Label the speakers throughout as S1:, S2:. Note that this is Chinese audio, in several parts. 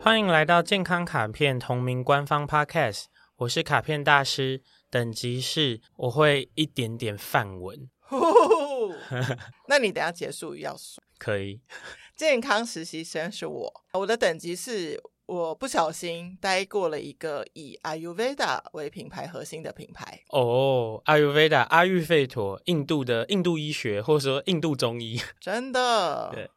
S1: 欢迎来到健康卡片同名官方 Podcast，我是卡片大师，等级是我会一点点范文，
S2: 呼 那你等一下结束语要说，
S1: 可以。
S2: 健康实习生是我，我的等级是我不小心待过了一个以 Ayurveda 为品牌核心的品牌。
S1: 哦，阿育吠达、阿育吠陀，印度的印度医学，或者说印度中医。
S2: 真的，
S1: 对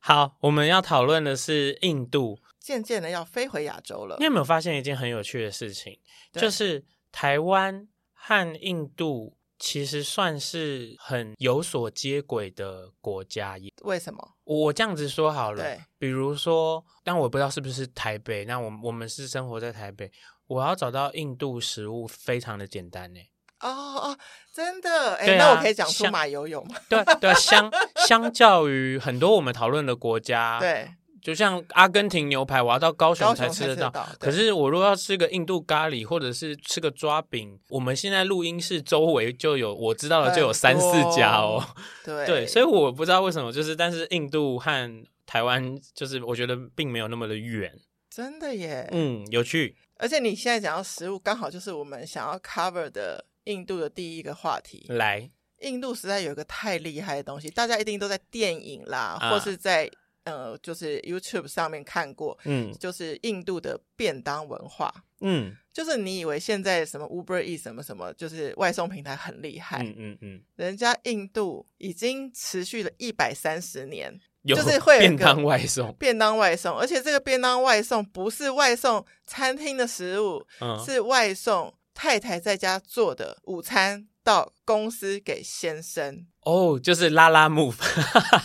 S1: 好，我们要讨论的是印度。
S2: 渐渐的要飞回亚洲了
S1: 你。有没有发现一件很有趣的事情？
S2: 对
S1: 就是台湾和印度其实算是很有所接轨的国家。也
S2: 为什么？
S1: 我这样子说好了
S2: 对，
S1: 比如说，但我不知道是不是台北。那我我们是生活在台北，我要找到印度食物非常的简单呢。
S2: 哦哦，真的，哎、
S1: 对啊
S2: 那我可以讲出
S1: 像
S2: 马游泳吗？
S1: 对对，相相较于很多我们讨论的国家，，
S2: 对，
S1: 就像阿根廷牛啊排，我要到高雄
S2: 高
S1: 才
S2: 雄
S1: 吃得
S2: 到
S1: 到。。可
S2: 对
S1: 是我如果要吃个印度咖喱，或者是吃个抓饼，我们现在录音室周围就有我知道的就有三四家哦。
S2: 对
S1: 对，所以我不知道为什么，就是但是印度和台湾就是我觉得并没有那么的远。
S2: 真的耶，
S1: 嗯，有趣。
S2: 而且你现在讲到食物，刚好就是我们想要 cover 的印度的第一个话题。
S1: 来，
S2: 印度实在有一个太厉害的东西，大家一定都在电影啦，
S1: 啊
S2: 或是在呃，就是 YouTube 上面看过，
S1: 嗯
S2: 就是印度的便当文化。
S1: 嗯
S2: 就是你以为现在什么 Uber E 什么什么，就是外送平台很厉害，
S1: 嗯嗯嗯，
S2: 人家印度已经持续了一百三十年
S1: 有
S2: 就是会有一
S1: 便
S2: 个
S1: 当外送，
S2: 便当外送，而且这个便当外送不是外送餐厅的食物，
S1: 嗯，
S2: 是外送太太在家做的午餐到公司给先生。
S1: 哦，就是拉拉 木，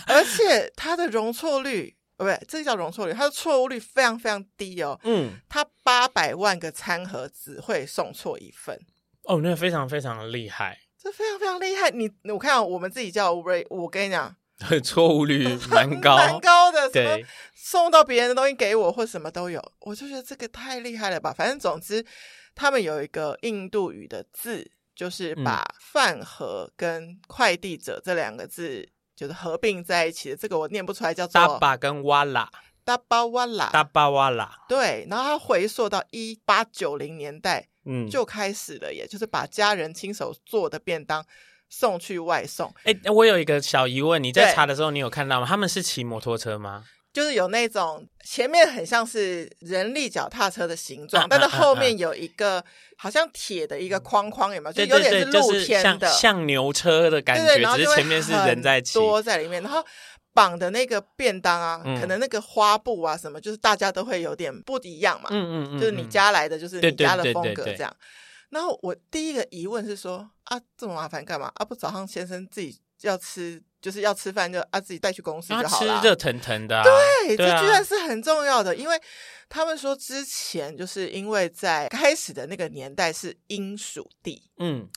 S2: 而且它的容错率，呃不对，这个叫容错率，它的错误率非常非常低哦。
S1: 嗯，
S2: 它八百万个餐盒只会送错一份，
S1: 哦，那非常非常厉害，
S2: 这非常非常厉害。你我看、我们自己叫 Uber，Eats，我跟你讲，
S1: 错误 率蛮高，
S2: 蛮高的，什么
S1: 对，
S2: 送到别人的东西给我或什么都有，我就觉得这个太厉害了吧。反正总之，他们有一个印度语的字，就是
S1: 嗯
S2: 把饭盒跟快递者这两个字。就是合并在一起的，这个我念不出来，叫做
S1: 大巴跟哇啦，
S2: 达巴瓦拉，
S1: 大巴哇啦，
S2: 对，然后他回溯到一八九零年代
S1: 嗯，
S2: 就开始了耶，也就是把家人亲手做的便当送去外送，
S1: 哎、我有一个小疑问，你在
S2: 对
S1: 查的时候，你有看到吗？他们是骑摩托车吗？
S2: 就是有那种前面很像是人力脚踏车的形状，
S1: 啊
S2: 但是
S1: 啊啊
S2: 后
S1: 啊嗯
S2: 面有一个好像铁的一个框框，有没有？就
S1: 对
S2: 有
S1: 对
S2: 点
S1: 对，就
S2: 露
S1: 是
S2: 天
S1: 像
S2: 的，
S1: 像牛车的感
S2: 对
S1: 觉，
S2: 对，然后
S1: 只
S2: 就是会
S1: 前面是人在骑
S2: 很。多在里面，然后。绑的那个便当啊，
S1: 嗯
S2: 可能那个花布啊什么，就是大家都会有点不一样嘛。
S1: 嗯嗯嗯，
S2: 就是你家来的，就是
S1: 对
S2: 你
S1: 对
S2: 家的
S1: 对
S2: 风
S1: 对
S2: 格
S1: 对
S2: 这样。然后我第一个疑问是说啊，这么麻烦干嘛？啊，不早上先生自己要吃，就是要吃饭就啊自己带去公
S1: 嗯，
S2: 司就
S1: 要
S2: 好
S1: 吃
S2: 了。
S1: 热腾腾的、啊，
S2: 对，
S1: 对
S2: 这
S1: 啊
S2: 居然是很重要的，因为他们说之前就是因为在开始的那个年代是英属地，
S1: 嗯，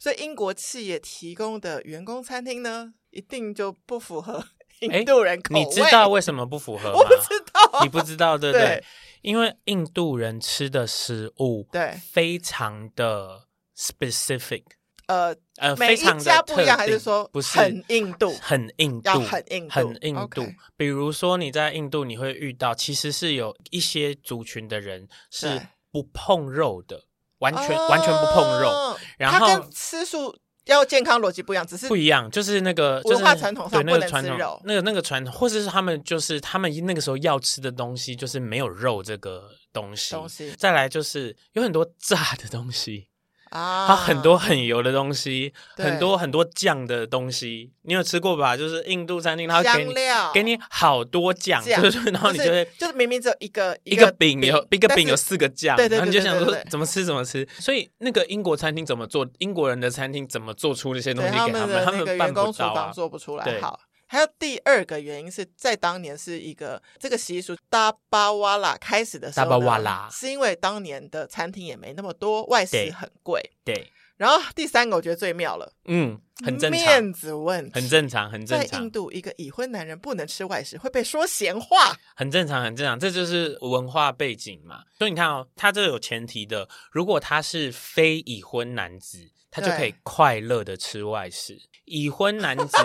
S2: 所以英国企业提供的员工餐厅呢，一定就不 符合
S1: 诶
S2: 印度人口味。
S1: 你知道为什么不符合 吗？
S2: 我不知道啊，
S1: 你不知道对不对？
S2: 对
S1: 因为印度人吃的食物
S2: 对
S1: 非常的 specific，
S2: 呃，
S1: 呃，
S2: 每
S1: 非
S2: 一
S1: 常的
S2: 家不一样，
S1: 特
S2: 还是
S1: 定
S2: 说
S1: 不是
S2: 很印度？
S1: 很印度，
S2: 要很印度
S1: 很印度
S2: OK
S1: 比如说你在印度，你会遇到其实是有一些族群的人是
S2: 对
S1: 不碰肉的，完全、完全不碰肉，
S2: 哦
S1: 然
S2: 它
S1: 后
S2: 跟吃素要健康逻辑不一样，只是
S1: 不一样，就是那个
S2: 文化
S1: 就是
S2: 传统上
S1: 对那
S2: 不
S1: 个
S2: 能
S1: 传
S2: 吃
S1: 统
S2: 肉，
S1: 那个那个传统，或者是他们就是他们那个时候要吃的东西就是没有肉这个东西。
S2: 东西
S1: 再来就是有很多炸的东西，
S2: 啊，
S1: 它很多很油的东西，
S2: 对
S1: 很多很多酱的东西，你有吃过吧？就是印度餐厅，它会给
S2: 香
S1: 你
S2: 料
S1: 给你好多酱，
S2: 酱
S1: 就是然后你就会
S2: 是就是明明只有一个
S1: 一个饼有一个饼有
S2: 但是
S1: 四个酱，
S2: 对对对
S1: 然后你就
S2: 对对
S1: 想说
S2: 对对对
S1: 怎么吃怎么吃。所以那个英国餐厅怎么做，英国人的餐厅怎么做出这些东
S2: 对
S1: 西
S2: 他
S1: 给
S2: 们
S1: 们，
S2: 的
S1: 他
S2: 那个
S1: 们办
S2: 员工
S1: 不
S2: 厨
S1: 到
S2: 房
S1: 啊。
S2: 做不出来
S1: 对
S2: 好。还有第二个原因是在当年是一个这个习俗达巴瓦拉开始的时候呢，
S1: 达巴瓦拉
S2: 是因为当年的餐厅也没那么多，外
S1: 对
S2: 食很贵。
S1: 对，
S2: 然后第三个我觉得最妙了，
S1: 嗯，很正常，
S2: 面子问题，
S1: 很正常，很
S2: 在
S1: 正
S2: 印
S1: 常，
S2: 度，一个已婚男人不能吃外食，会被说闲话。
S1: 很正常，很正常。这就是文化背景嘛。所以你看哦，他这有前提的，如果他是非已婚男子，他就
S2: 对
S1: 可以快乐的吃 外食。已婚男子，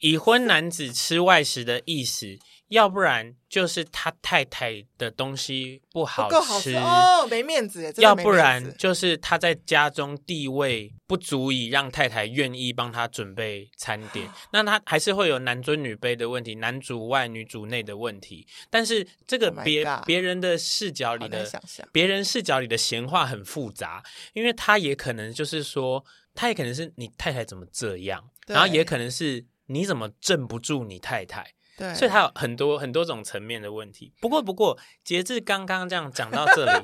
S1: 已婚男子吃外食的意思要不然就是他太太的东西不
S2: 不
S1: 好
S2: 够好
S1: 吃，
S2: 吃哦，没面子耶，真的
S1: 要
S2: 没
S1: 不
S2: 面
S1: 然
S2: 子
S1: 就是他在家中地位不足以让太太愿意帮他准备餐
S2: 啊
S1: 点，那他还是会有男尊女卑的问题，男主外女主内的问题。但是这个
S2: Oh my
S1: 别、
S2: God
S1: 别人的视角里
S2: 好难
S1: 的
S2: 想象
S1: 别人视角里的闲话很复杂，因为他也可能就是说，他也可能是你太太怎么这样，
S2: 对
S1: 然后也可能是你怎么镇不住你太太。
S2: 对，
S1: 所以它有很多很多种层面的问题。不过，不过，截至刚刚这样讲到这 里，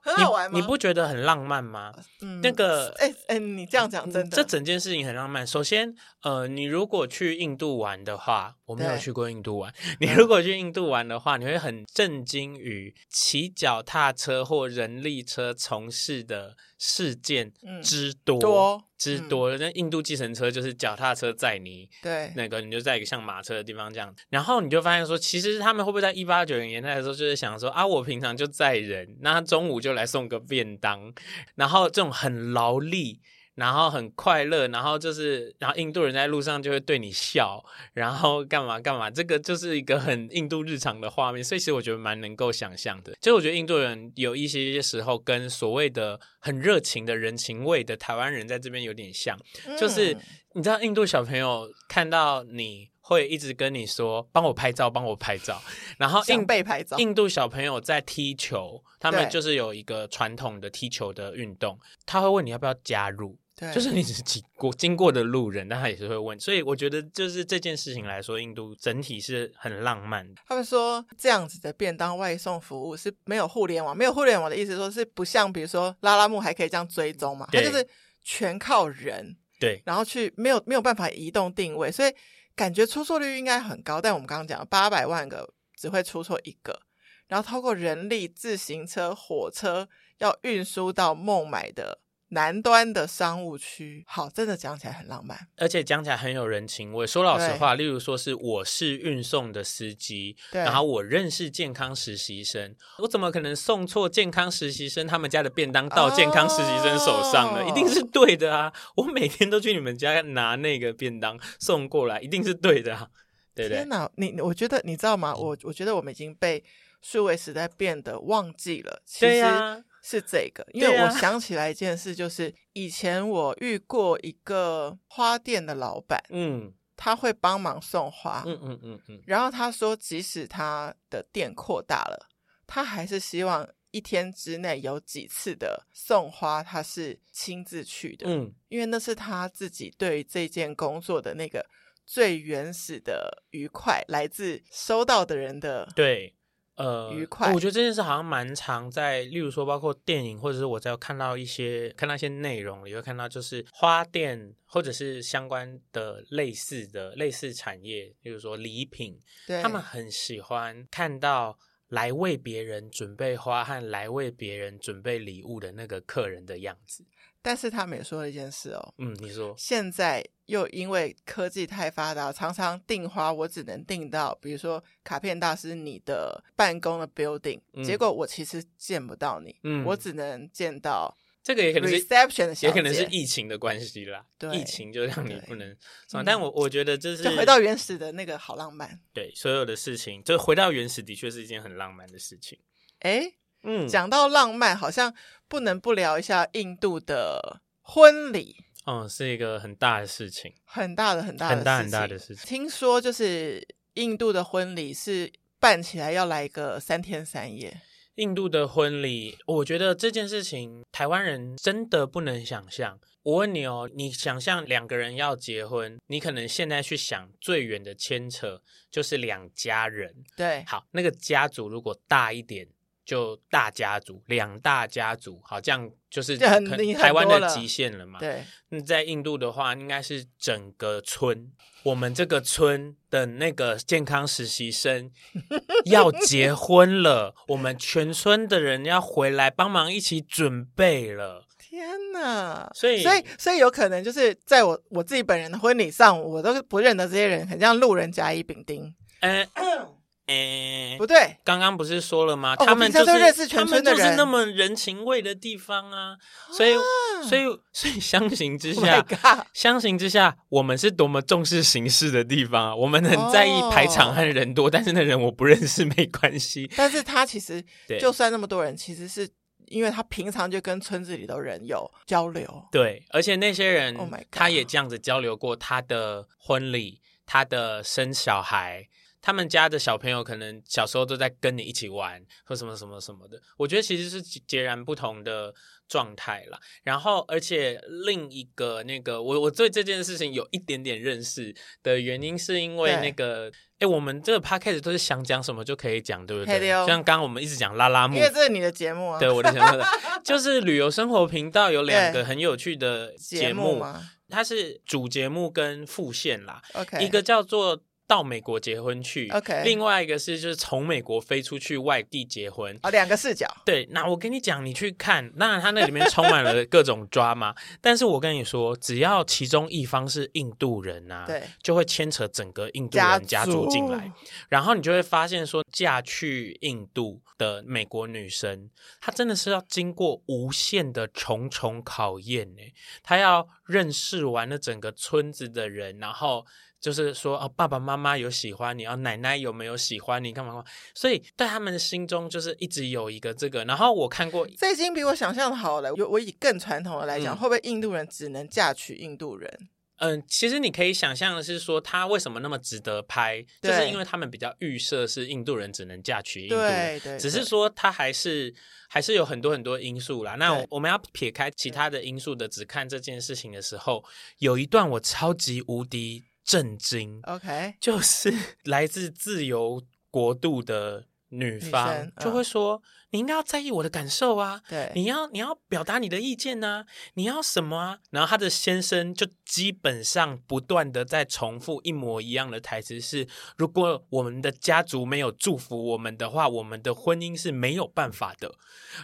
S2: 很好玩
S1: 你
S2: 吗？
S1: 你不觉得很浪漫吗？
S2: 嗯
S1: 那个嗯
S2: 哎哎，你这样讲真的，
S1: 这整件事情很浪漫。首先，呃，你如果去印度玩的话，我没有
S2: 对嗯
S1: 去过印度玩。 你如果去印度玩的话，你会很震惊于骑脚踏车或人力车从事的事件
S2: 嗯
S1: 之多、
S2: 多嗯
S1: 之多。那、印度计程车就是脚踏车载你
S2: 对
S1: 那个你就在一个像马车的地方这样，然后你就发现说，其实他们会不会在一八九零年代的时候，就是想说啊，我平常就载人，那他中午就来送个便当，然后这种很劳力，然后很快乐，然后就是，然后印度人在路上就会对你笑，然后干嘛干嘛，这个就是一个很印度日常的画面，所以其实我觉得蛮能够想象的。其实我觉得印度人有一些些时候跟所谓的很热情的人情味的台湾人在这边有点像。就是
S2: 嗯
S1: 你知道印度小朋友看到你会一直跟你说帮我拍照，帮我拍照，然后
S2: 想
S1: 印
S2: 被拍照，
S1: 印度小朋友在踢球，他们
S2: 对
S1: 就是有一个传统的踢球的运动，他会问你要不要加入。
S2: 对，
S1: 就是你只是经过经过的路人，但他也是会问，所以我觉得就是这件事情来说，印度整体是很浪漫的。
S2: 他们说这样子的便当外送服务是没有互联网，没有互联网的意思说是不像比如说拉拉木还可以这样追踪嘛，它
S1: 对
S2: 就是全靠人，
S1: 对，
S2: 然后去没有没有办法移动定位，所以感觉出错率应该很高。但我们刚刚讲八百万个只会出错一个，然后透过人力、自行车、火车要运输到孟买的南端的商务区，好，真的讲起来很浪漫。
S1: 而且讲起来很有人情味。说老实话，例如说是我是运送的司机，
S2: 对
S1: 然后我认识健康实习生，我怎么可能送错健康实习生他们家的便当到
S2: 哦
S1: 健康实习生手上呢？一定是对的啊！我每天都去你们家拿那个便当送过来，一定是对的啊，对不对
S2: 天？哪，你我觉得你知道吗？我我觉得我们已经被数位时代变得忘记了，其
S1: 对
S2: 实
S1: 呀
S2: 是这个，因为
S1: 对
S2: 我
S1: 啊
S2: 想起来一件事，就是以前我遇过一个花店的老板，
S1: 嗯
S2: 他会帮忙送花，
S1: 嗯嗯嗯嗯，
S2: 然后他说，即使他的店扩大了，他还是希望一天之内有几次的送花，他是亲自去的，
S1: 嗯，
S2: 因为那是他自己对于这件工作的那个最原始的愉快，来自收到的人的。
S1: 对，呃，
S2: 愉快
S1: 我觉得这件事好像蛮常在，例如说，包括电影，或者是我在看到一些看到一些内容里，会看到就是花店或者是相关的类似的类似产业，例如说礼品，
S2: 对，
S1: 他们很喜欢看到。来为别人准备花和来为别人准备礼物的那个客人的样子，
S2: 但是他们也说了一件事哦，
S1: 嗯，你说，
S2: 现在又因为科技太发达，常常订花我只能订到，比如说卡片大师你的办公的 building，、
S1: 嗯
S2: 结果我其实见不到你，
S1: 嗯
S2: 我只能见到
S1: 这个也可能是
S2: reception 的小姐，
S1: 也可能是疫情的关系啦，
S2: 对
S1: 疫情就让你
S2: 对
S1: 不能送，
S2: 嗯
S1: 但我我觉得这是
S2: 就回到原始的那个好浪漫。
S1: 对所有的事情，就是回到原始，的确是一件很浪漫的事情。
S2: 哎，
S1: 嗯，
S2: 讲到浪漫，好像不能不聊一下印度的婚礼，
S1: 嗯，是一个很大的事情。
S2: 很大的很大的
S1: 很大
S2: 事
S1: 很大
S2: 情
S1: 的事情
S2: 听说就是印度的婚礼是办起来要来个三天三夜，
S1: 印度的婚礼，我觉得这件事情台湾人真的不能想象。我问你哦，你想象两个人要结婚，你可能现在去想最远的牵扯就是两家人。
S2: 对，
S1: 好，那个家族如果大一点，就大家族，两大家族，好，这样就是
S2: 这很
S1: 可
S2: 厉害
S1: 台湾
S2: 多
S1: 的
S2: 了
S1: 极限了嘛？
S2: 对。
S1: 那在印度的话，应该是整个村，我们这个村的那个健康实习 生要结婚了，我们全村的人要回来帮忙一起准备了。
S2: 天呐！
S1: 所以
S2: 所以，所以有可能就是在我我自己本人的婚礼上，我都不认得这些人，很像路人甲乙丙丁。
S1: 呃，哎、
S2: 不对，
S1: 刚刚不是说了吗？
S2: 哦
S1: 他们
S2: 我平
S1: 就是
S2: 常都认识全
S1: 他们
S2: 村的
S1: 就
S2: 人
S1: 是那么人情味的地方啊，所以所以所以相形之
S2: Oh
S1: 下
S2: my god！
S1: 相形之下，我们是多么重视形式的地方啊！我们很在意排
S2: 哦
S1: 场和人多但是那人我不认识没关系。
S2: 但是他其实
S1: 对
S2: 就算那么多人，其实是因为他平常就跟村子里的人有交流。
S1: 对，而且那些人
S2: Oh my god
S1: 他也这样子交流过他的婚礼、他的生小孩，他们家的小朋友可能小时候都在跟你一起玩，或什么什么什么的。我觉得其实是截然不同的状态啦。然后，而且另一个那个，我我对这件事情有一点点认识的原因，是因为
S2: 对
S1: 那个。哎、我们这个 podcast 都是想讲什么就可以讲，对不对
S2: 嘿？对哦
S1: 像刚刚我们一直讲拉拉木
S2: 因为这是你的节目啊，
S1: 嗯 对，我的想法是就是旅游生活频道有两
S2: 对
S1: 个很有趣的
S2: 节
S1: 节
S2: 目
S1: 目，
S2: 嘛
S1: 它是主节目跟副线啦，
S2: ，OK，
S1: 一个叫做。到美国结婚去
S2: OK
S1: 另外一个是就是从美国飞出去外地结婚。
S2: 哦，两个视角，
S1: 对，那我跟你讲，你去看，那它那里面充满了各种抓嘛。但是我跟你说，只要其中一方是印度人呐、啊，
S2: 对，
S1: 就会牵扯整个印度
S2: 家
S1: 人家族进来。，然后你就会发现说，嫁去印度的美国女生，她真的是要经过无限的重重考验呢。她要认识完了整个村子的人，然后就是说，哦，爸爸妈妈有喜欢你，哦，奶奶有没有喜欢你，干嘛干嘛。所以在他们的心中，就是一直有一个这个。然后我看过，
S2: 这已经比我想象的好了。我我以更传统的来讲，
S1: 嗯
S2: 会不会印度人只能嫁娶印度人？
S1: 嗯、其实你可以想象的是说，她为什么那么值得拍，就是
S2: 对
S1: 因为他们比较预设是印度人只能嫁娶印度人。
S2: 对对，
S1: 只是
S2: 对
S1: 说它还是还是有很多很多因素啦。那
S2: 对
S1: 我们要撇开其他的因素的，只看这件事情的时候，有一段我超级无敌震惊，
S2: OK，
S1: 就是 来自自由国度的女方
S2: 女生嗯
S1: 就会说：“你应该要在意我的感受啊。”
S2: 对
S1: 你要你要表达你的意见呐、你要什么啊？然后他的先生就基本上不断的在重复一模一样的台词是：如果我们的家族没有祝福我们的话，我们的婚姻是没有办法的。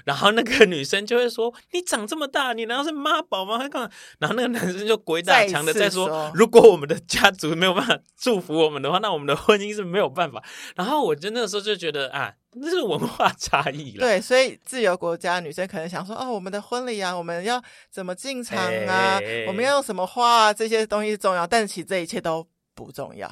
S1: 然后那个女生就会说：你长这么大，你难道是妈宝吗？还干嘛？然后那个男生就鬼打墙的
S2: 再
S1: 在
S2: 一次
S1: 说：
S2: 说
S1: 如果我们的家族没有办法祝福我们的话，那我们的婚姻是没有办法。然后我就那个时候就觉得啊，那是文化差异啦。
S2: 对，所以自由国家女生可能想说，哦，我们的婚礼啊，我们要怎么进场啊，
S1: 哎
S2: 我们要用什么花啊，这些东西重要，但其实这一切都不 重要，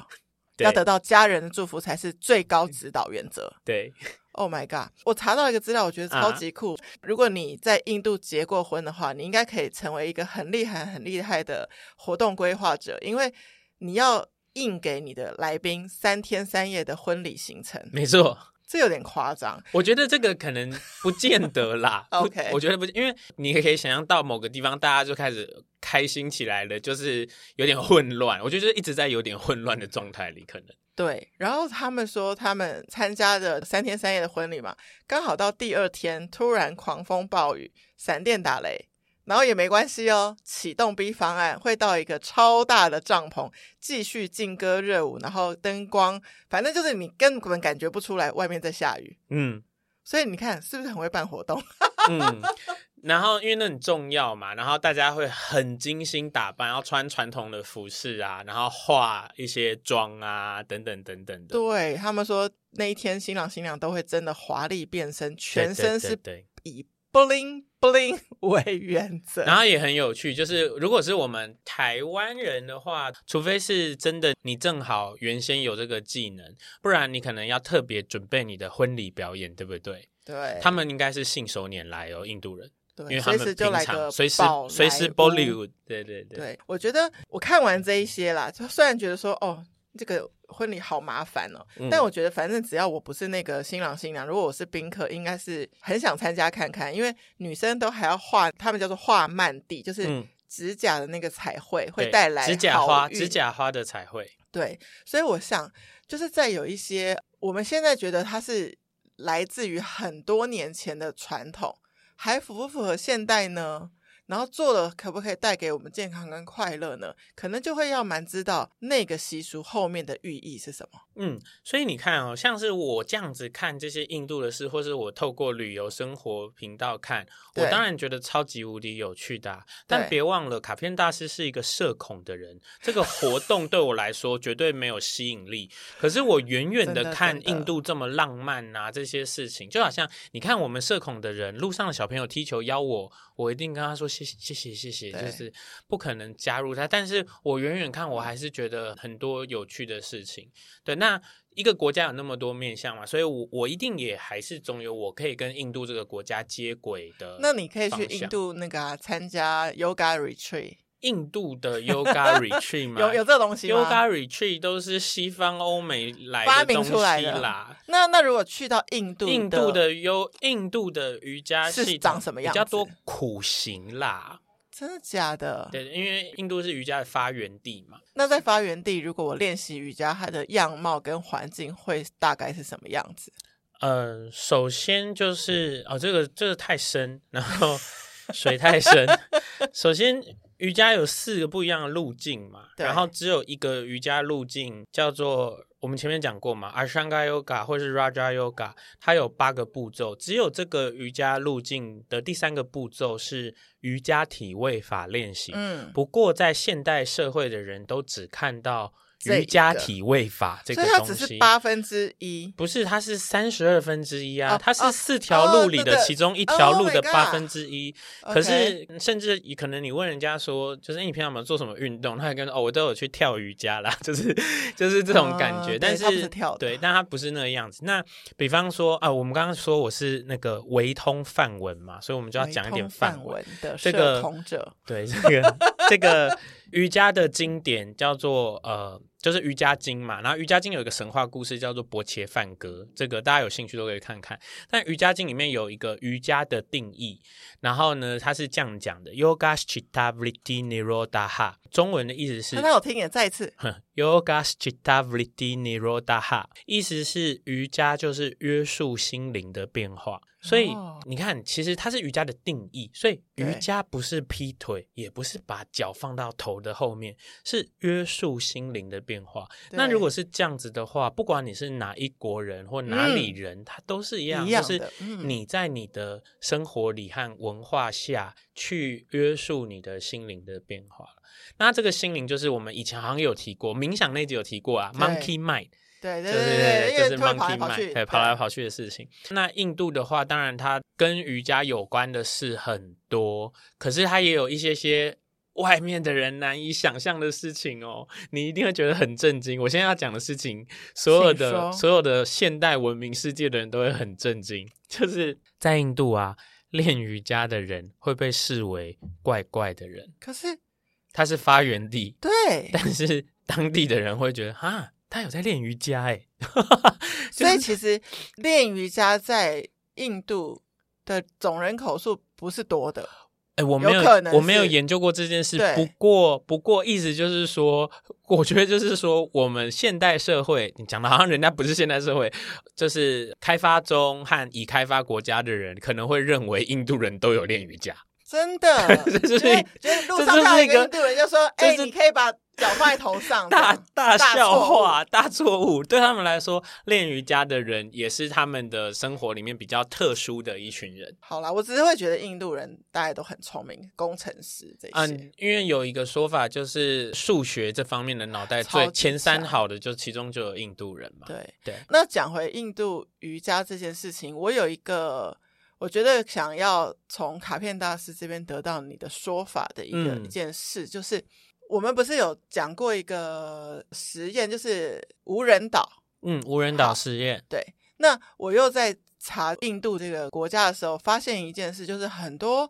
S1: 对嗯
S2: 要得到家人的祝福才是最高指导原则。
S1: 对。
S2: Oh my god！我查到一个资料，我觉得
S1: 啊
S2: 超级酷。如果你在印度结过婚的话，你应该可以成为一个很厉害、很厉害的活动规划者，因为你要印给你的来宾三天三夜的婚礼行程，
S1: 没错，
S2: 这有点夸张。
S1: 我觉得这个可能不见得 啦。不
S2: OK
S1: 我觉得不，因为你也可以想象到某个地方，大家就开始开心起来了，就是有点混乱。我觉得就是一直在有点混乱的状态里，可能
S2: 对，然后他们说他们参加的三天三夜的婚礼嘛，刚好到第二天突然狂风暴雨、闪电打雷，然后也没关系哦，启动 B 方案会到一个超大的帐篷继续劲歌热舞，然后灯光，反正就是你根本感觉不出来外面在下雨，
S1: 嗯。
S2: 所以你看是不是很会办活动？
S1: 嗯， 然后因为那很重要嘛，然后大家会很精心打扮，要穿传统的服饰啊，然后化一些妆啊，等等等等的。
S2: 对他们说那一天新郎新娘都会真的华丽变身，
S1: 对
S2: 全身是
S1: 对对对
S2: bling bling 为原则。
S1: 然后也很有趣，就是如果是我们台湾人的话，除非是真的你正好原先有这个技能，不然你可能要特别准备你的婚礼表演，对不对？
S2: 对，
S1: 他们应该是信手拈来哦，印度人，
S2: 对，
S1: 因为他
S2: 随
S1: 们
S2: 时
S1: 平
S2: 就来
S1: 常
S2: 个
S1: 随时
S2: 宝
S1: 随时
S2: 莱坞
S1: Bollywood，对对对，
S2: 对，我觉得我看完这一些啦，就虽然觉得说哦，这个婚礼好麻烦哦，
S1: 嗯
S2: 但我觉得反正只要我不是那个新郎新娘，如果我是宾客，应该是很想参加看看，因为女生都还要画，他们叫做画曼地，就是
S1: 嗯
S2: 指甲的那个彩绘会
S1: 对
S2: 带来
S1: 指甲
S2: 好
S1: 花，
S2: 运
S1: 指甲花的彩绘，
S2: 对，所以我想，就是在有一些我们现在觉得它是来自于很多年前的传统，还符不符合现代呢？然后做了可不可以带给我们健康跟快乐呢？可能就会要蛮知道那个习俗后面的寓意是什么。
S1: 嗯，所以你看哦，像是我这样子看这些印度的事，或是我透过旅游生活频道看，我
S2: 对
S1: 当然觉得超级无敌有趣的啊、但
S2: 对
S1: 别忘了，卡片大师是一个社恐的人，这个活动对我来说绝对没有吸引力。可是我远远
S2: 真
S1: 的
S2: 的
S1: 看
S2: 真的
S1: 印度这么浪漫啊，这些事情，就好像你看我们社恐的人，路上的小朋友踢球邀我，我一定跟他说谢谢谢谢谢谢，就
S2: 对
S1: 是不可能加入他。但是我远远看，我还是觉得很多有趣的事情。对，那一个国家有那么多面向嘛，所以我我一定也还是总有我可以跟印度这个国家接轨的。
S2: 那你可以去
S1: 呃方向
S2: 印度那个、啊、参加 Yoga Retreat，
S1: 印度的 Yoga Retreat 吗？
S2: 有有这东西吗
S1: Yoga Retreat 都是西方欧美来
S2: 发
S1: 的
S2: 明
S1: 东
S2: 出来
S1: 西
S2: 的
S1: 啦。
S2: 那那如果去到印度，
S1: 印度的优，印度的瑜伽
S2: 是
S1: 系
S2: 长
S1: 统
S2: 什么
S1: 比较
S2: 样子
S1: 多苦行啦，
S2: 真的假的？
S1: 对，因为印度是瑜伽的发源地嘛。
S2: 那在发源地，如果我练习瑜伽，它的样貌跟环境会大概是什么样子？
S1: 呃，首先就是哦，这个这个太深，然 后水太深。首先，瑜伽有四个不一样的路径嘛，
S2: 对
S1: 然后只有一个瑜伽路径叫做我们前面讲过嘛，Ashtanga Yoga 或是 Raja Yoga，它有八个步骤，只有这个瑜伽路径的第三个步骤是瑜伽体位法练习。
S2: 嗯，
S1: 不过，在现代社会的人都只看到
S2: 这
S1: 瑜伽
S2: 一个
S1: 体位法这个
S2: 所以
S1: 东西，
S2: 它只是八分之一。
S1: 不是，它是三十二分之一啊，
S2: 哦
S1: 它是
S2: 哦
S1: 四条路里
S2: 哦对
S1: 的
S2: 对
S1: 其中一条路的
S2: Oh my
S1: 八分之一。
S2: OK
S1: 可是，甚至可能你问人家说，就是哎你平常有没有做什么运动？他还跟你说哦，我都有去跳瑜伽啦， 就是就是这种感
S2: 哦
S1: 觉。
S2: 对
S1: 但
S2: 它不是跳的
S1: 对，但它不是那个样子。那比方说啊，我们刚刚说我是那个维通范文嘛，所以我们就要讲一点
S2: 雷通范
S1: 文。
S2: 文的
S1: 这
S2: 社
S1: 个
S2: 同者，
S1: 对，这个这个瑜伽的经典叫做呃，就是《瑜伽经》嘛。然后《瑜伽经》有一个神话故事叫做伯切梵歌，这个大家有兴趣都可以看看。但《瑜伽经》里面有一个瑜伽的定义，然后呢，它是这样讲的：Yoga Chitta Vritti Nirodha，中文的意思是
S2: 那那我听也再一次，
S1: Yoga Chitta Vritti Nirodha，意思是瑜伽就是约束心灵的变化。所以
S2: 哦
S1: 你看，其实它是瑜伽的定义，所以瑜
S2: 对
S1: 伽不是劈腿，也不是把脚放到头的后面，是约束心灵的变化。那
S2: 对
S1: 如果是这样子的话，不管你是哪一国人或哪里人，它都是一样，
S2: 嗯一样
S1: 就是
S2: 的嗯
S1: 你在你的生活里和文化下去约束你的心灵的变化。那这个心灵就是我们以前好像有提过，冥想那集有提过啊
S2: 对
S1: ，Monkey Mind，
S2: 对对
S1: 对
S2: 对因
S1: 就
S2: 为
S1: 是
S2: 突然跑来
S1: Monkey
S2: 跑
S1: Mind，
S2: 去，
S1: 对，跑来跑去的事情。那印度的话，当然它跟瑜伽有关的事很多，可是它也有一些些。外面的人难以想象的事情哦，你一定会觉得很震惊。我现在要讲的事情，所有
S2: 请
S1: 的
S2: 说
S1: 所有的现代文明世界的人都会很震惊，就是在印度啊，练瑜伽的人会被视为怪怪的人，
S2: 可是
S1: 他是发源地，
S2: 对，
S1: 但是当地的人会觉得，哈，他有在练瑜伽哎，就
S2: 所以
S1: 是
S2: 其实练瑜伽在印度的总人口数不是多的，
S1: 哎，我没有
S2: 有可能是
S1: 我没有研究过这件事，
S2: 对
S1: 不过不过意思就是说，我觉得就是说，我们现代社会，你讲的好像人家不是现代社会，就是开发中和已开发国家的人可能会认为印度人都有练瑜伽，
S2: 真的
S1: 这。就是
S2: 因为就是路
S1: 这
S2: 上
S1: 就是
S2: 看到一
S1: 一
S2: 个
S1: 个
S2: 印度人就说：“哎，
S1: 这是
S2: 你可以把脚放在头上。”
S1: 大大
S2: 大
S1: 笑
S2: 错误
S1: 话、大错误，对他们来说，练瑜伽的人也是他们的生活里面比较特殊的一群人。
S2: 好啦，我只是会觉得印度人大家都很聪明，工程师这些
S1: 嗯，，因为有一个说法就是数学这方面的脑袋
S2: 超
S1: 最
S2: 级
S1: 前三
S2: 强
S1: 好的，就其中就有印度人嘛。
S2: 对
S1: 对
S2: 那讲回印度瑜伽这件事情，我有一个我觉得想要从卡片大师这边得到你的说法的一个、
S1: 嗯
S2: 一件事，就是我们不是有讲过一个实验，就是无人岛。
S1: 嗯，无人岛
S2: 好
S1: 实验，
S2: 对，那我又在查印度这个国家的时候，发现一件事，就是很多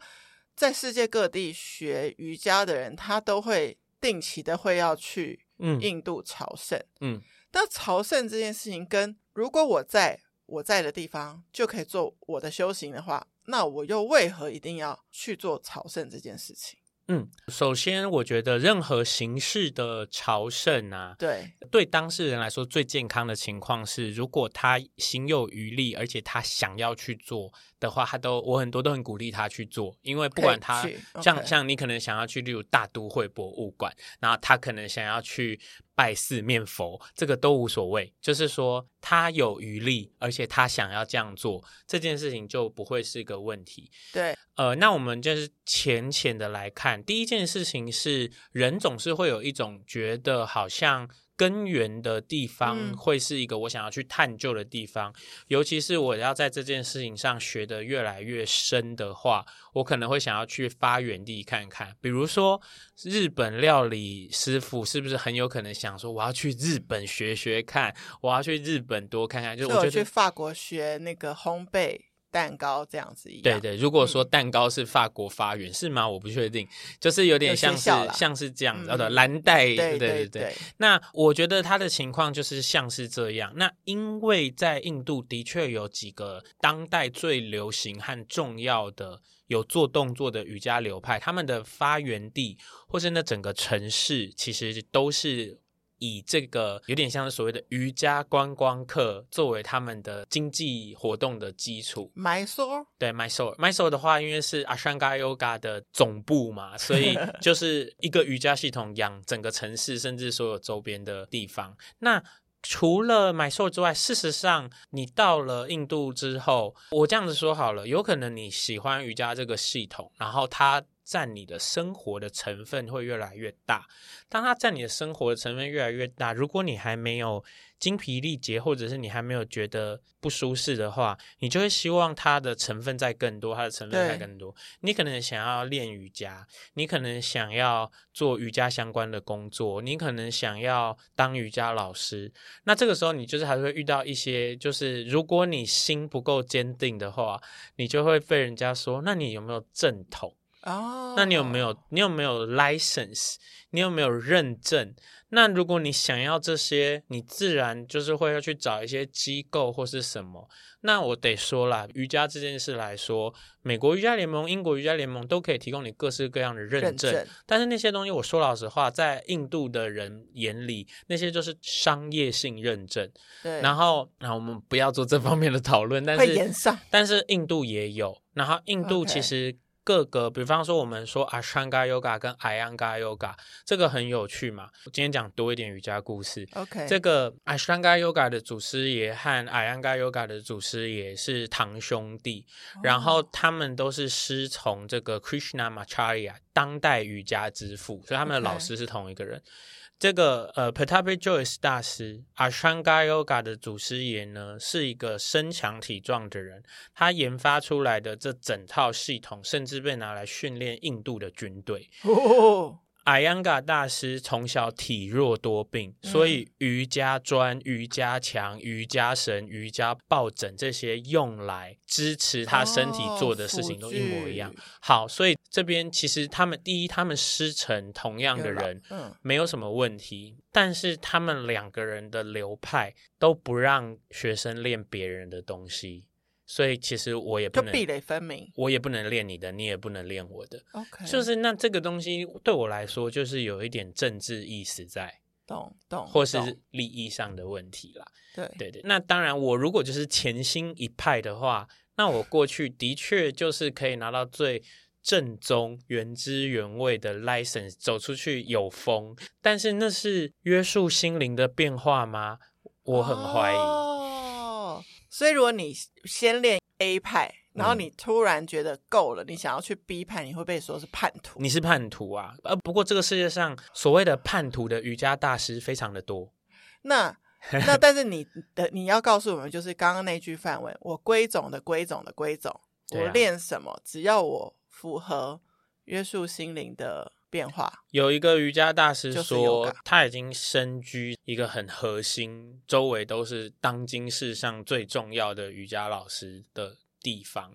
S2: 在世界各地学瑜伽的人，他都会定期的会要去
S1: 嗯
S2: 印度朝圣。
S1: 嗯，
S2: 那朝圣这件事情跟如果我在我在的地方就可以做我的修行的话，那我又为何一定要去做朝圣这件事情？
S1: 嗯，首先我觉得任何形式的朝圣啊，
S2: 对，
S1: 对当事人来说最健康的情况是，如果他心有余力，而且他想要去做的话，他都我很多都很鼓励他去做，因为不管他
S2: 可以去
S1: 像
S2: OK
S1: 像你可能想要去，例如大都会博物馆，然后他可能想要去拜四面佛，这个都无所谓，就是说他有余力，而且他想要这样做，这件事情就不会是个问题。
S2: 对，
S1: 呃，那我们就是浅浅的来看，第一件事情是，人总是会有一种觉得好像根源的地方
S2: 嗯
S1: 会是一个我想要去探究的地方，尤其是我要在这件事情上学得越来越深的话，我可能会想要去发源地看看，比如说日本料理师傅是不是很有可能想说，我要去日本学学看，我要去日本多看看，就
S2: 所
S1: 我
S2: 以我
S1: 觉
S2: 去
S1: 得。
S2: 法国学那个烘焙蛋糕这样子一
S1: 对
S2: 样。嗯
S1: 对，如果说蛋糕是法国发源、是吗？我不确定，就是有点
S2: 有
S1: 像
S2: 学
S1: 是
S2: 校啦
S1: 像是这样子，哦
S2: 嗯
S1: 对，蓝带，
S2: 对
S1: 对
S2: 对对，
S1: 那我觉得他的情况就是像是这样。那因为在印度的确有几个当代最流行和重要的有做动作的瑜伽流派，他们的发源地或是那整个城市，其实都是。以这个有点像是所谓的瑜伽观光客作为他们的经济活动的基础，
S2: 埋缩
S1: 对 m y s o u l m y s o u l 的话，因为是 Ashtanga Yoga 的总部嘛，所以就是一个瑜伽系统养整个城市，甚至所有周边的地方。那除了 m y s o u l 之外，事实上你到了印度之后，我这样子说好了，有可能你喜欢瑜伽这个系统，然后它。占你的生活的成分会越来越大。当它占你的生活的成分越来越大，如果你还没有精疲力竭，或者是你还没有觉得不舒适的话，你就会希望它的成分再更多，它的成分再
S2: 对
S1: 更多。你可能想要练瑜伽，你可能想要做瑜伽相关的工作，你可能想要当瑜伽老师。那这个时候，你就是还会遇到一些，就是如果你心不够坚定的话，你就会被人家说：那你有没有正统？
S2: 哦。
S1: 那你有没有？你有没有 license？你有没有认证？那如果你想要这些，你自然就是会要去找一些机构或是什么。那我得说啦，瑜伽这件事来说，美国瑜伽联盟、英国瑜伽联盟都可以提供你各式各样的认
S2: 认
S1: 证。
S2: 证？
S1: 但是那些东西，我说老实话，在印度的人眼里，那些就是商业性认证。
S2: 对，
S1: 然后，那我们不要做这方面的讨论，但
S2: 会
S1: 是
S2: 延上。
S1: 但是印度也有，然后印度
S2: OK
S1: 其实各个比方说我们说 Ashtanga Yoga 跟 Iyengar Yoga，这个很有趣嘛。今天讲多一点瑜伽故事。
S2: OK，
S1: 这个 Ashtanga Yoga 的祖师爷和 Iyengar Yoga 的祖师爷是堂兄弟，
S2: 哦
S1: 然后他们都是师从这个 Krishna Macharya 当代瑜伽之父，所以他们的
S2: OK
S1: 老师是同一个人。这个呃 p a t a p i Joyce 大师 Ashtanga Yoga 的祖师爷呢，是一个身强体壮的人，他研发出来的这整套系统，甚至被拿来训练印度的军队。
S2: 哦，
S1: 艾扬嘎大师从小体弱多病，
S2: 嗯
S1: 所以瑜伽砖、瑜伽墙、瑜伽绳、瑜伽抱枕这些用来支持他身体做的事情
S2: 哦
S1: 都一模一样。。
S2: 辅具
S1: 好，所以这边其实他们第一，他们师承同样的人，
S2: 嗯，
S1: 没有什么问题，但是他们两个人的流派都不让学生练别人的东西，所以其实我也不
S2: 就
S1: 能，
S2: 壁垒分明。
S1: 我也不能练你的，你也不能练我的。
S2: OK，
S1: 就是那这个东西对我来说，就是有一点政治意识在，
S2: 懂懂，
S1: 或是
S2: 懂
S1: 利益上的问题啦。
S2: 对
S1: 对对，那当然，我如果就是潜心一派的话，那我过去的确就是可以拿到最正宗、原汁原味的 license，走出去有风。但是那是约束心灵的变化吗？我很怀疑。
S2: 哦，所以如果你先练 A 派，然后
S1: 嗯
S2: 你突然觉得够了，你想要去 B 派，你会被说是叛徒。
S1: 你是叛徒啊！呃，不过这个世界上所谓的叛徒的瑜伽大师非常的多，
S2: 那那但是你的你要告诉我们，就是刚刚那句范文，我归总的归总的归总，
S1: 对啊
S2: 我练什么，只要我符合约束心灵的变化，
S1: 有一个瑜伽大师
S2: 就是
S1: 说
S2: yoga，
S1: 他已经身居一个很核心，周围都是当今世上最重要的瑜伽老师的地方。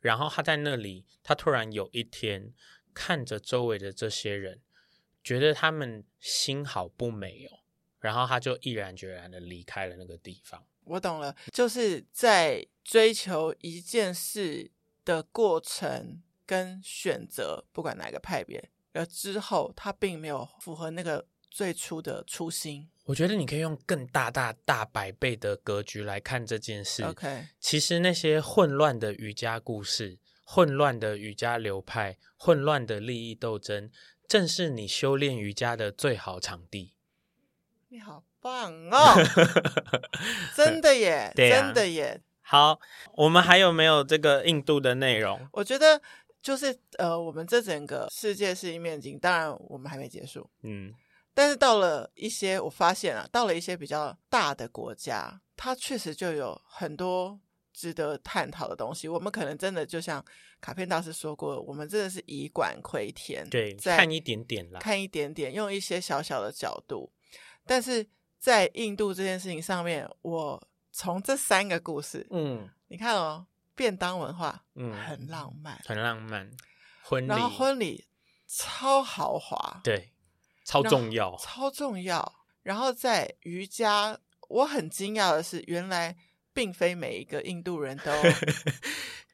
S1: 然后他在那里，他突然有一天看着周围的这些人，觉得他们心好不美哦，然后他就毅然决然的离开了那个地方。
S2: 我懂了，就是在追求一件事的过程跟选择，不管哪个派别，了之后，它并没有符合那个最初的初心。
S1: 我觉得你可以用更大大大百倍的格局来看这件事。
S2: OK，
S1: 其实那些混乱的瑜伽故事、混乱的瑜伽流派、混乱的利益斗争，正是你修炼瑜伽的最好场地。
S2: 你好棒 哦， 真的耶，
S1: 啊对啊
S2: 真的耶。
S1: 好，我们还有没有这个印度的内容？
S2: 我觉得就是呃，我们这整个世界是一面镜，当然我们还没结束。
S1: 嗯，
S2: 但是到了一些，我发现啊，到了一些比较大的国家，它确实就有很多值得探讨的东西。我们可能真的就像卡片大师说过，我们真的是以管窥天，
S1: 对，
S2: 在
S1: 看一点点啦。
S2: 看一点点，用一些小小的角度。但是在印度这件事情上面，我从这三个故事，
S1: 嗯
S2: 你看哦，便当文化
S1: 嗯，
S2: 很浪漫，
S1: 很浪漫，婚礼
S2: 然后婚礼超豪华，
S1: 对，超
S2: 然后
S1: 重要。
S2: 超重要。然后在瑜伽，我很惊讶的是，原来并非每一个印度人 都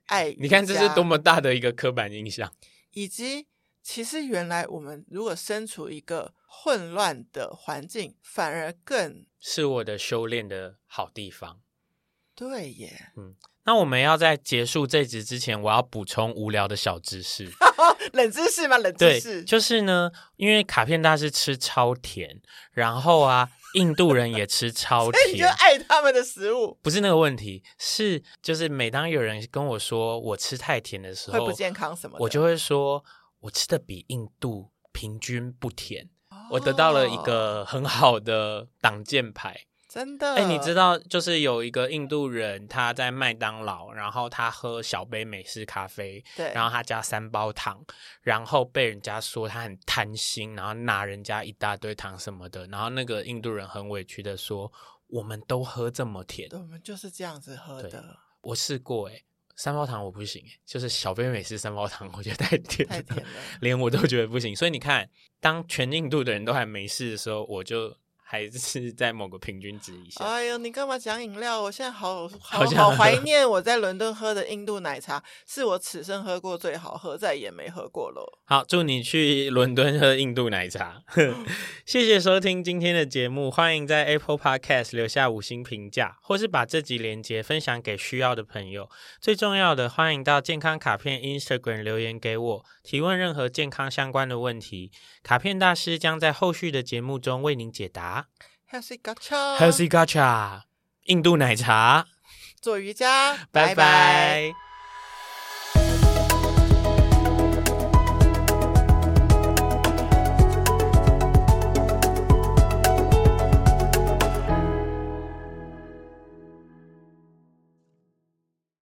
S2: 爱瑜伽
S1: 你看这是多么大的一个刻板印象。
S2: 以及其实原来我们如果身处一个混乱的环境，反而更
S1: 是我的修炼的好地方。
S2: 对 耶，
S1: 那我们要在结束这集之前，我要补充无聊的小知 识。
S2: 冷知识吗？冷知
S1: 对
S2: 识，，
S1: 就是呢，因为卡片大师吃超甜，然后啊，印度人也吃超
S2: 哎，你就
S1: 甜。
S2: 爱他们的食物
S1: 不是那个问题，是就是每当有人跟我说我吃太甜的时
S2: 会
S1: 候
S2: 不，健康什么的？
S1: 我就会说我吃的比印度平均不甜。
S2: 哦
S1: 我得到了一个很好的挡箭牌。
S2: 真的，
S1: 哎、你知道，就是有一个印度人，他在麦当劳，然后他喝小杯美式咖啡，
S2: 对，
S1: 然后他加三包糖，然后被人家说他很贪心，然后拿人家一大堆糖什么的，然后那个印度人很委屈的说：“我们都喝这么甜，
S2: 我们就是这样子喝
S1: 对
S2: 的，
S1: 我试过哎、三包糖我不行、哎，就是小杯美式三包糖， 我觉得太甜了，
S2: 太甜了。
S1: 连我都觉得不行。所以你看，当全印度的人都还没事的时候，我就还是在某个平均值以下。
S2: 哎呦，你干嘛讲饮料？我现 在好好
S1: 好像
S2: 好怀念我在伦敦喝的印度奶茶，是我此生喝过最好喝，再也没喝过了。
S1: 好，祝你去伦敦喝印度奶 茶。谢谢收听今天的节目，欢迎在 Apple Podcast 留下五星评价，或是把这集连接分享给需要的朋友。最重要的，欢迎到健康卡片 Instagram 留言给我，提问任何健康相关的问题，卡片大师将在后续的节目中为您解答。
S2: Healthy Gacha，
S1: Healthy Gacha，印度奶茶，
S2: 做瑜伽，
S1: 拜拜